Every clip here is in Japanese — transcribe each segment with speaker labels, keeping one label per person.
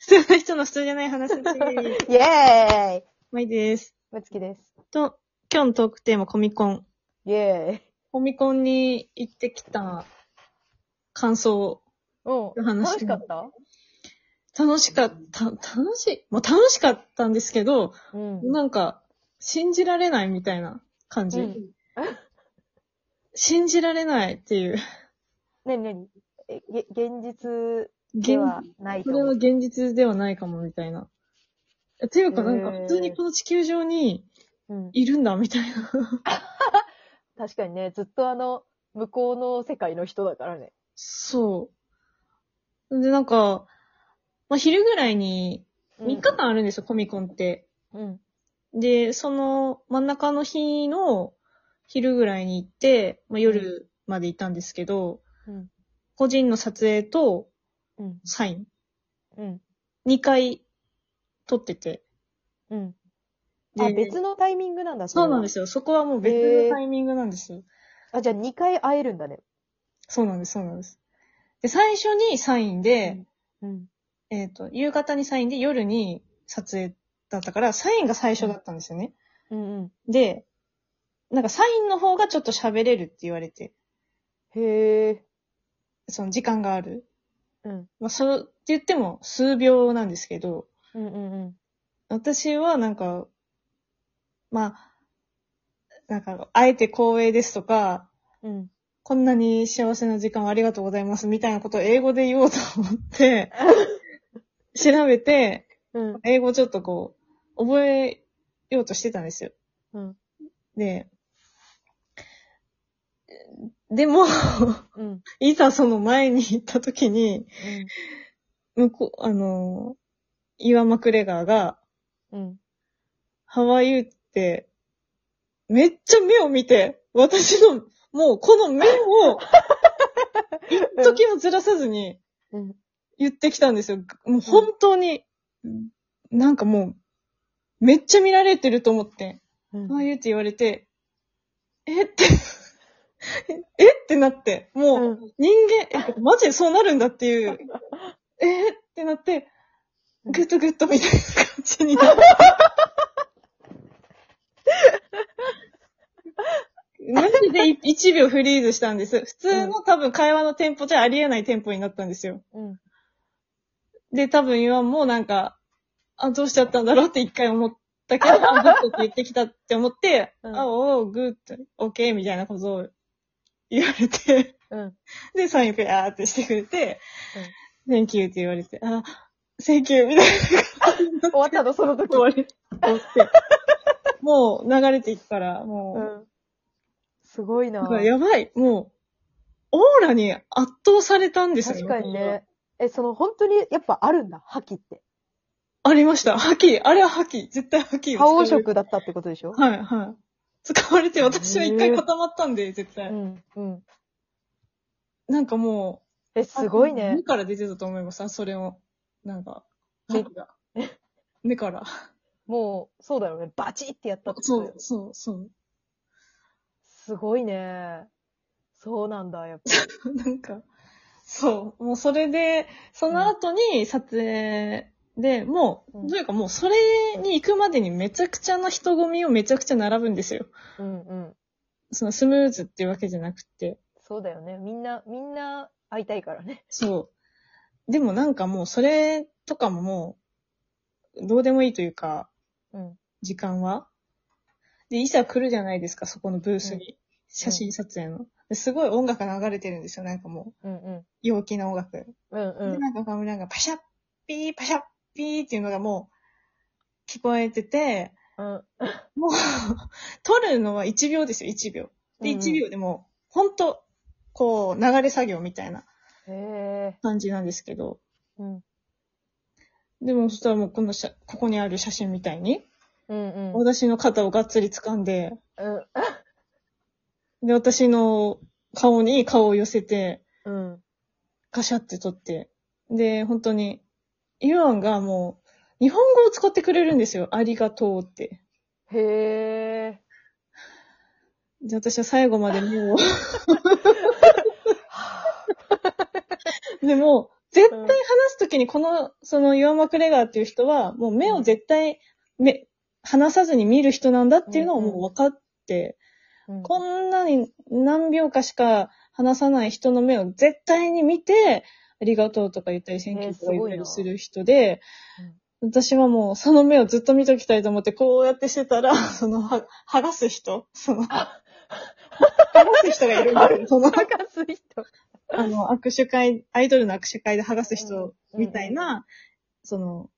Speaker 1: 普通の人の普通じゃない話の次。
Speaker 2: イェーイ
Speaker 1: まいです。
Speaker 2: むつきです。
Speaker 1: と、今日のトークテーマ、コミコン。
Speaker 2: イェーイ。
Speaker 1: コミコンに行ってきた感想。
Speaker 2: お
Speaker 1: う話
Speaker 2: 楽しかった
Speaker 1: 楽しかった、楽しい。もう楽しかったんですけど、
Speaker 2: うん
Speaker 1: なんか、信じられないみたいな感じ。
Speaker 2: うん
Speaker 1: 信じられないっていう。
Speaker 2: なになにえ、げ、現実で
Speaker 1: 現
Speaker 2: はない
Speaker 1: そ
Speaker 2: と
Speaker 1: れは
Speaker 2: 思う。
Speaker 1: 現実ではないかもみたいな。ていうかなんか
Speaker 2: へー
Speaker 1: 普通にこの地球上に
Speaker 2: うん。
Speaker 1: いるんだみたいな。
Speaker 2: 確かにね、ずっとあの、向こうの世界の人だからね。
Speaker 1: そう。で、なんか、まあ、昼ぐらいに、
Speaker 2: うん
Speaker 1: 3日間あるんですよ、コミコンって。
Speaker 2: うん。
Speaker 1: で、その真ん中の日の昼ぐらいに行って、まあ、夜まで行ったんですけど、
Speaker 2: うん。
Speaker 1: 個人の撮影と
Speaker 2: うん。
Speaker 1: サイン、
Speaker 2: うん。
Speaker 1: 2回撮ってて。
Speaker 2: うん。
Speaker 1: で
Speaker 2: あ、別のタイミングなんだ、。
Speaker 1: そうなんですすよ。そこはもう別のタイミングなんですよ。
Speaker 2: あ、じゃあ2回会えるんだね。
Speaker 1: そうなんです、そうなんです。で、最初にサインで、
Speaker 2: うん。
Speaker 1: えっ、と、夕方にサインで夜に撮影だったから、サインが最初だったんですよね。
Speaker 2: うんうん。
Speaker 1: で、なんかサインの方がちょっと喋れるって言われて、
Speaker 2: へえ。
Speaker 1: その時間がある。
Speaker 2: うん。
Speaker 1: まあ、そうって言っても数秒なんですけど、
Speaker 2: うんうんうん。
Speaker 1: 私はなんか、まあ、なんか、あえて光栄ですとか、
Speaker 2: うん。
Speaker 1: こんなに幸せな時間をありがとうございますみたいなことを英語で言おうと思って、調べて、
Speaker 2: うん。
Speaker 1: 英語ちょっとこう、覚えようとしてたんですよ。
Speaker 2: うん。
Speaker 1: で、でも、
Speaker 2: うん。
Speaker 1: いざその前に行った時に、向こう、あの、イワン・マクレガーが、
Speaker 2: うん。
Speaker 1: ハワイユーって、めっちゃ目を見て、私の、もうこの目を、一時もずらさずに
Speaker 2: うん。
Speaker 1: 言ってきたんですよ。もう本当に、なんかもう、めっちゃ見られてると思って。
Speaker 2: うん。
Speaker 1: ああいうって言われて、えって、 えってなって、もう
Speaker 2: うん
Speaker 1: 人 間、え、マジでそうなるんだっていう、 えってなって、
Speaker 2: うん
Speaker 1: グッドグッドみたいな感じに なって。マジでい1秒フリーズしたんです。普通の多分会話のテンポじゃありえないテンポになったんですよ。
Speaker 2: うん。
Speaker 1: で、多分今もうなんか、あ、どうしちゃったんだろうって一回思ったけど、あ、グッドって言ってきたって思って、
Speaker 2: うん
Speaker 1: あ、おう、グッド、オッケーみたいなことを言われて、
Speaker 2: うん。
Speaker 1: で、サインペアーってしてくれて、Thank you って言われて、あ、Thank you みたいな
Speaker 2: 終わったの、その時。
Speaker 1: 終わり思って、もう流れていくから、も、
Speaker 2: うん。すごいうな
Speaker 1: なんかやばい、もう、オーラに圧倒されたんですよ
Speaker 2: 確かに。ね。え、その本当にやっぱあるんだ、覇気って。
Speaker 1: ありました。覇気。あれは覇気。絶対覇気を使う
Speaker 2: 覇王色だったってことでしょ
Speaker 1: はい、はい。使われて、私は一回固まったんで、絶
Speaker 2: う
Speaker 1: 対。
Speaker 2: ん、うん。
Speaker 1: なんかも
Speaker 2: え、
Speaker 1: う、
Speaker 2: すごい
Speaker 1: あ
Speaker 2: ね
Speaker 1: 目。から出てたと思います、あそれを。なんか、目
Speaker 2: 目
Speaker 1: が。目から。
Speaker 2: もう、そうだよね。バチってやったってこと
Speaker 1: そ
Speaker 2: だ
Speaker 1: う
Speaker 2: よ、
Speaker 1: そう、そう。
Speaker 2: すごいね。そうなんだ、やっぱ。
Speaker 1: なんか、そう。もうそれで、その後に撮影で、もう、
Speaker 2: うん
Speaker 1: というかもうそれに行くまでにめちゃくちゃの人混みをめちゃくちゃ並ぶんですよ。
Speaker 2: うん、うん。
Speaker 1: そのスムーズっていうわけじゃなくて。
Speaker 2: そうだよね。みんな、みんな会いたいからね。
Speaker 1: そう。でもなんかもうそれとかももう、どうでもいいというか、
Speaker 2: うん。
Speaker 1: 時間は。で、いざ来るじゃないですか、そこのブースに。写真撮影の。ですごい音楽が流れてるんですよ、なんかもう、
Speaker 2: うん、うん。
Speaker 1: 陽気な音楽。
Speaker 2: うん、う
Speaker 1: で、
Speaker 2: ん。
Speaker 1: なんかカメラがパシャッピー、パシャッピーっていうのがもう、聞こえてて、
Speaker 2: うん。
Speaker 1: もう、 撮るのは1秒ですよ、1秒。で、
Speaker 2: うんうん
Speaker 1: 1秒でもう、ほんと、こう、流れ作業みたいな
Speaker 2: へえ。
Speaker 1: 感じなんですけど。
Speaker 2: うん。で
Speaker 1: でも、そしたらもう、この写、ここにある写真みたいに、
Speaker 2: うん、うん。うん。
Speaker 1: 私の肩をがっつり掴んで、
Speaker 2: うん。
Speaker 1: で、私の顔に顔を寄せて、
Speaker 2: うん。
Speaker 1: ガシャって撮って。で、本当に、ユアンがもう、日本語を使ってくれるんですよ。ありがとうって。
Speaker 2: へえ。
Speaker 1: で、私は最後まで目を。でも、絶対話すときにこの、その岩間クレガーっていう人は、もう目を絶対、目、話さずに見る人なんだっていうのをもう分かって、
Speaker 2: うん
Speaker 1: こんなに何秒かしか話さない人の目を絶対に見て、ありがとうとか言ったり、選挙とか言った
Speaker 2: えーすごいな
Speaker 1: りする人で、私はもうその目をずっと見ときたいと思って、こうやってしてたら、その、は、剥がす人その、剥がす人がいるんだけど、その、
Speaker 2: 剥がす人。
Speaker 1: あの、握手会、アイドルの握手会で剥がす人みたいな、その、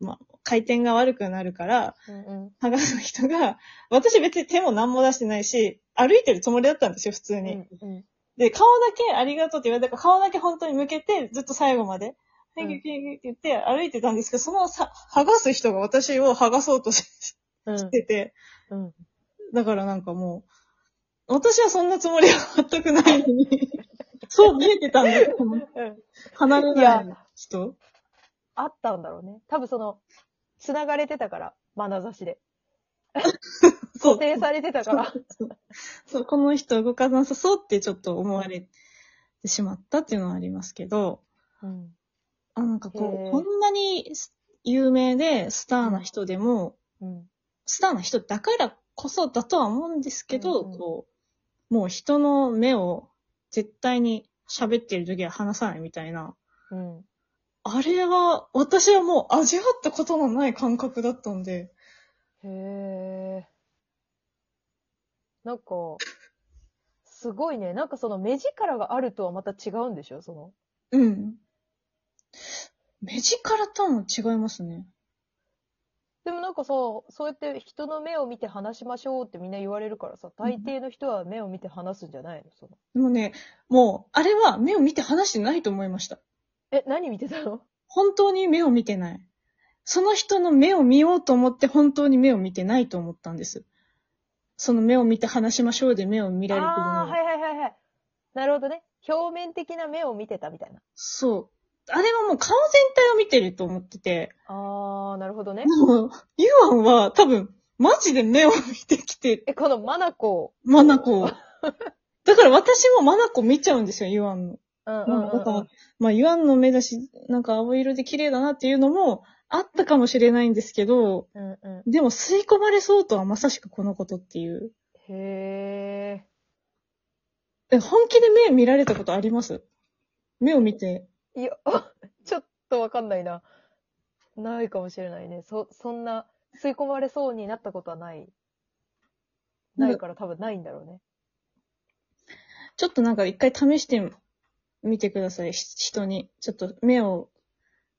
Speaker 1: まあ、回転が悪くなるから、
Speaker 2: うんうん。
Speaker 1: 剥がす人が、私別に手も何も出してないし、歩いてるつもりだったんですよ、普通に。
Speaker 2: うんうん
Speaker 1: で、顔だけありがとうって言われたから、顔だけ本当に向けて、ずっと最後まで、はい、
Speaker 2: うん
Speaker 1: ギュギュギュって言って歩いてたんですけど、そのさ、剥がす人が私を剥がそうとし
Speaker 2: うん
Speaker 1: してて、
Speaker 2: うん。
Speaker 1: だからなんかもう、私はそんなつもりは全くないのに、そう見えてたんだけど、
Speaker 2: うん。
Speaker 1: 離れない人
Speaker 2: あったんだろうね。多分その、繋がれてたから、眼差しで。
Speaker 1: そう
Speaker 2: 固定されてたから。
Speaker 1: そう、この人動かなさそうってちょっと思われてしまったっていうのはありますけど、
Speaker 2: うん。
Speaker 1: あなんかこ
Speaker 2: へ
Speaker 1: う、
Speaker 2: ー
Speaker 1: こんなに有名でスターな人でも、
Speaker 2: うん。
Speaker 1: スターな人だからこそだとは思うんですけど、
Speaker 2: うんうん
Speaker 1: こう、もう人の目を絶対に喋ってる時は話さないみたいな。
Speaker 2: うん。
Speaker 1: あれは、私はもう味わったことのない感覚だったんで。
Speaker 2: へえ。なんか、すごいね。なんかその目力があるとはまた違うんでしょその。
Speaker 1: うん。目力とも違いますね。
Speaker 2: でもなんかさ、そうやって人の目を見て話しましょうってみんな言われるからさ、大抵の人は目を見て話すんじゃないのその。
Speaker 1: でもね、もう、あれは目を見て話してないと思いました。
Speaker 2: え、何見てたの
Speaker 1: 本当に目を見てない。その人の目を見ようと思って本当に目を見てないと思ったんです。その目を見て話しましょうで目を見られてるのは
Speaker 2: ああー、はいはいはいはい。なるほどね。表面的な目を見てたみたいな。
Speaker 1: そう。あれはもう顔全体を見てると思ってて、
Speaker 2: あー、なるほどね。
Speaker 1: もうユアンは多分、マジで目を見てきて、
Speaker 2: え、このマナコ。
Speaker 1: マナコを。だから私もマナコ見ちゃうんですよ、ユアンの。
Speaker 2: うんうん
Speaker 1: まあ、
Speaker 2: う
Speaker 1: だ
Speaker 2: ん
Speaker 1: か
Speaker 2: う
Speaker 1: ら
Speaker 2: ん。、
Speaker 1: まあ、ユアンの目だし、なんか青色で綺麗だなっていうのもあったかもしれないんですけど、
Speaker 2: うんう
Speaker 1: でも吸い込まれそうとはまさしくこのことっていう。
Speaker 2: ん。へえ。
Speaker 1: え、本気で目見られたことあります目を見て。
Speaker 2: いや、 ちょっとわかんないな。ないかもしれないね。そ、そんな、吸い込まれそうになったことはない。ないから多分ないんだろうね。
Speaker 1: ちょっとなんか一回試してみてください、し人に。ちょっと目を、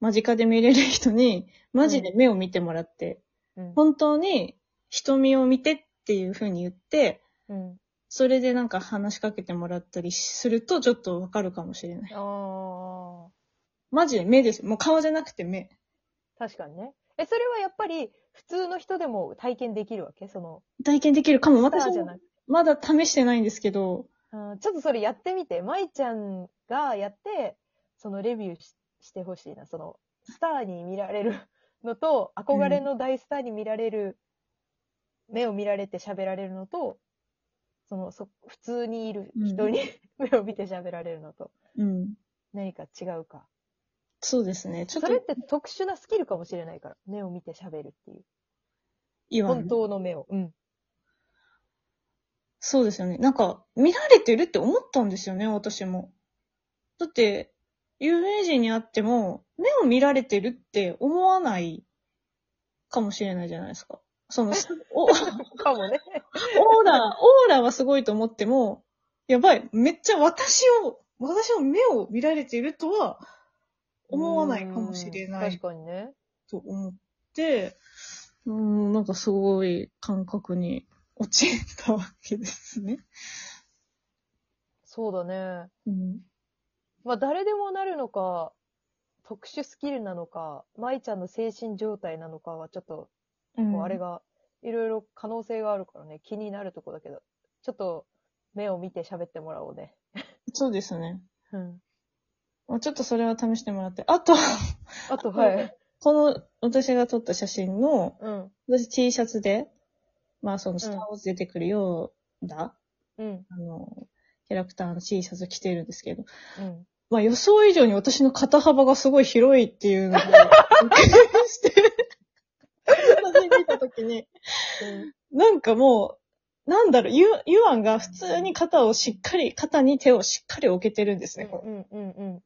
Speaker 1: 間近で見れる人に、マジで目を見てもらって、
Speaker 2: うん。
Speaker 1: 本当に瞳を見てっていう風に言って、
Speaker 2: うん。
Speaker 1: それでなんか話しかけてもらったりするとちょっとわかるかもしれない。
Speaker 2: あ
Speaker 1: マジで目です。もう顔じゃなくて目。
Speaker 2: あ、確かにね。え、それはやっぱり、普通の人でも体験できるわけその、
Speaker 1: 体験できるかも。
Speaker 2: スタ
Speaker 1: 私
Speaker 2: ーじゃ
Speaker 1: も
Speaker 2: なく
Speaker 1: まだ試してないんですけど、
Speaker 2: うんちょっとそれやってみて。舞ちゃんがやって、そのレビューししてほしいな。その、スターに見られる のと、憧れの大スターに見られる、目を見られて喋られるのと、その、そ、普通にいる人に 目を見て喋られるのと、
Speaker 1: うん。
Speaker 2: 何か違うか。
Speaker 1: そうですね。ちょっ
Speaker 2: それっ
Speaker 1: と、
Speaker 2: て特殊なスキルかもしれないから。目を見て喋るっていう。
Speaker 1: 言わん
Speaker 2: 本当の目を。うん。
Speaker 1: そうですよね。なんか、見られてるって思ったんですよね、私も。だって、有名人に会っても、目を見られてるって思わないかもしれないじゃないですか。その、すおオー
Speaker 2: かも ね。
Speaker 1: ラ、オーラはすごいと思っても、やばい、めっちゃ私を、私の目を見られているとは思わないかもしれな
Speaker 2: うん
Speaker 1: い
Speaker 2: 確かにね。
Speaker 1: と思って、うん、なんかすごい感覚に陥ったわけですね。
Speaker 2: そうだね。
Speaker 1: うん
Speaker 2: まあ、誰でもなるのか、特殊スキルなのか、舞ちゃんの精神状態なのかは、ちょっと、こうあれが、いろいろ可能性があるからね、気になるとこだけど、ちょっと、目を見て喋ってもらおうね。
Speaker 1: そうですね。
Speaker 2: うん。
Speaker 1: まあちょっとそれは試してもらって。あと、
Speaker 2: あと、はい。
Speaker 1: この私が撮った写真の、
Speaker 2: うん。
Speaker 1: 私 T シャツで、まあそのスターウォーズ出てくるような、
Speaker 2: うん。
Speaker 1: あの、キャラクターの T シャツ着てるんですけど、
Speaker 2: うん。
Speaker 1: まあ予想以上に私の肩幅がすごい広いって いうのを発見して、私見たときに、なんかもう、なんだろう、ゆ、ゆあんが普通に肩をしっかり、肩に手をしっかり置けてるんですね、こう。
Speaker 2: うんうんうん。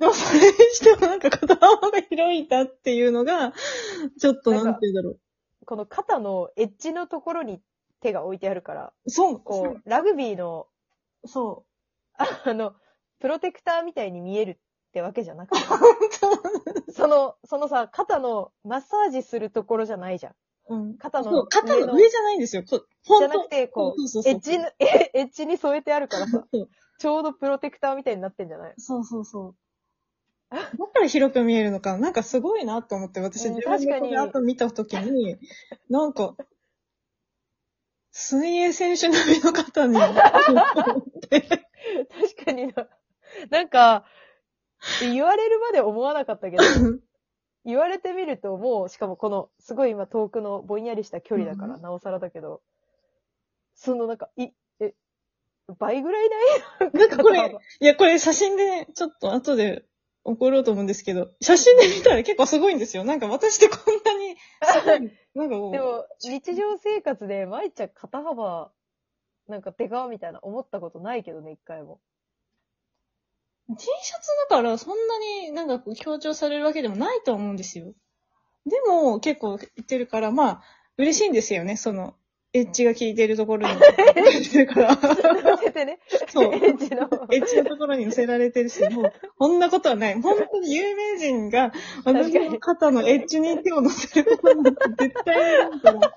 Speaker 1: でもそれにしてもなんか肩幅が広いんだっていうのが、ちょっとなんて言うんだろう。
Speaker 2: この肩のエッジのところに手が置いてあるから、
Speaker 1: そう、
Speaker 2: こう、ラグビーの、
Speaker 1: う、そ
Speaker 2: あの、プロテクターみたいに見えるってわけじゃなくて、
Speaker 1: う。
Speaker 2: その、そのさ、肩のマッサージするところじゃないじゃん。
Speaker 1: うん
Speaker 2: 肩の
Speaker 1: そう肩の上じゃないんですよ。こほ
Speaker 2: じ
Speaker 1: ん
Speaker 2: ゃなく
Speaker 1: と。
Speaker 2: て、こう、
Speaker 1: そうそうそう
Speaker 2: エッジの、 えエッジに添えてあるからさ、
Speaker 1: そう
Speaker 2: ちょうどプロテクターみたいになってんじ ゃない
Speaker 1: そうそうそう。だから広く見えるのか、なんかすごいなと思って、私、
Speaker 2: うん
Speaker 1: 自分でこ
Speaker 2: 確
Speaker 1: れ
Speaker 2: かに
Speaker 1: 後見たときに、なんか、水泳選手並みの方に、
Speaker 2: 確かにな。なんか、言われるまで思わなかっ たけど、言われてみるともう、しかもこの、すごい今遠くのぼんやりした距離だから、
Speaker 1: う
Speaker 2: なおさらだけど、そのなんか、い、え、倍ぐらいない
Speaker 1: なんかこれ
Speaker 2: 肩幅
Speaker 1: いや、これ写真で、ちょっと後で怒ろうと思うんですけど、写真で見たら結構すごいんですよ。なんか私ってこんなに、す ごい、なんかもう
Speaker 2: でも、日常生活で、まいちゃん肩幅、なんかでかーみたいな思ったことないけどね、一回も。
Speaker 1: T シャツだからそんなになんかこう強調されるわけでもないと思うんですよ。でも結構言ってるから、まあ嬉しいんですよね、その、エッジが効いてるところに。言ってるから。
Speaker 2: 乗せてね。
Speaker 1: そう
Speaker 2: エッジの。
Speaker 1: エッジのところに乗せられてるし、もう、こんなことはない。本当に有名人が、私の肩のエッジに手を乗せることなんて絶対にないから。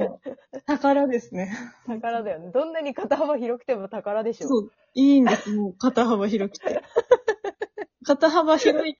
Speaker 1: もう、宝ですね。
Speaker 2: 宝だよね。どんなに肩幅広くても宝でしょ。
Speaker 1: そう、いいんです、もう肩幅広くて。肩幅広い